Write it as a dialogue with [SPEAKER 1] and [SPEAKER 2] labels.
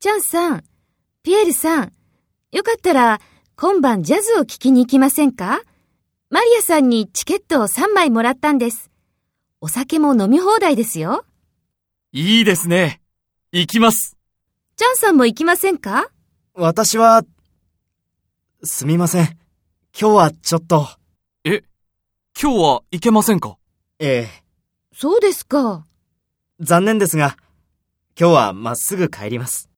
[SPEAKER 1] チャンさん、ピエールさん、よかったら今晩ジャズを聴きに行きませんかマリアさんにチケットを3枚もらったんです。お酒も飲み放題ですよ。
[SPEAKER 2] いいですね。行きます。
[SPEAKER 1] チャンさんも行きませんか
[SPEAKER 3] 私は、すみません。今日はちょっと、
[SPEAKER 2] 今日は行けませんか
[SPEAKER 3] ええ、
[SPEAKER 1] そうですか。
[SPEAKER 3] 残念ですが、今日はまっすぐ帰ります。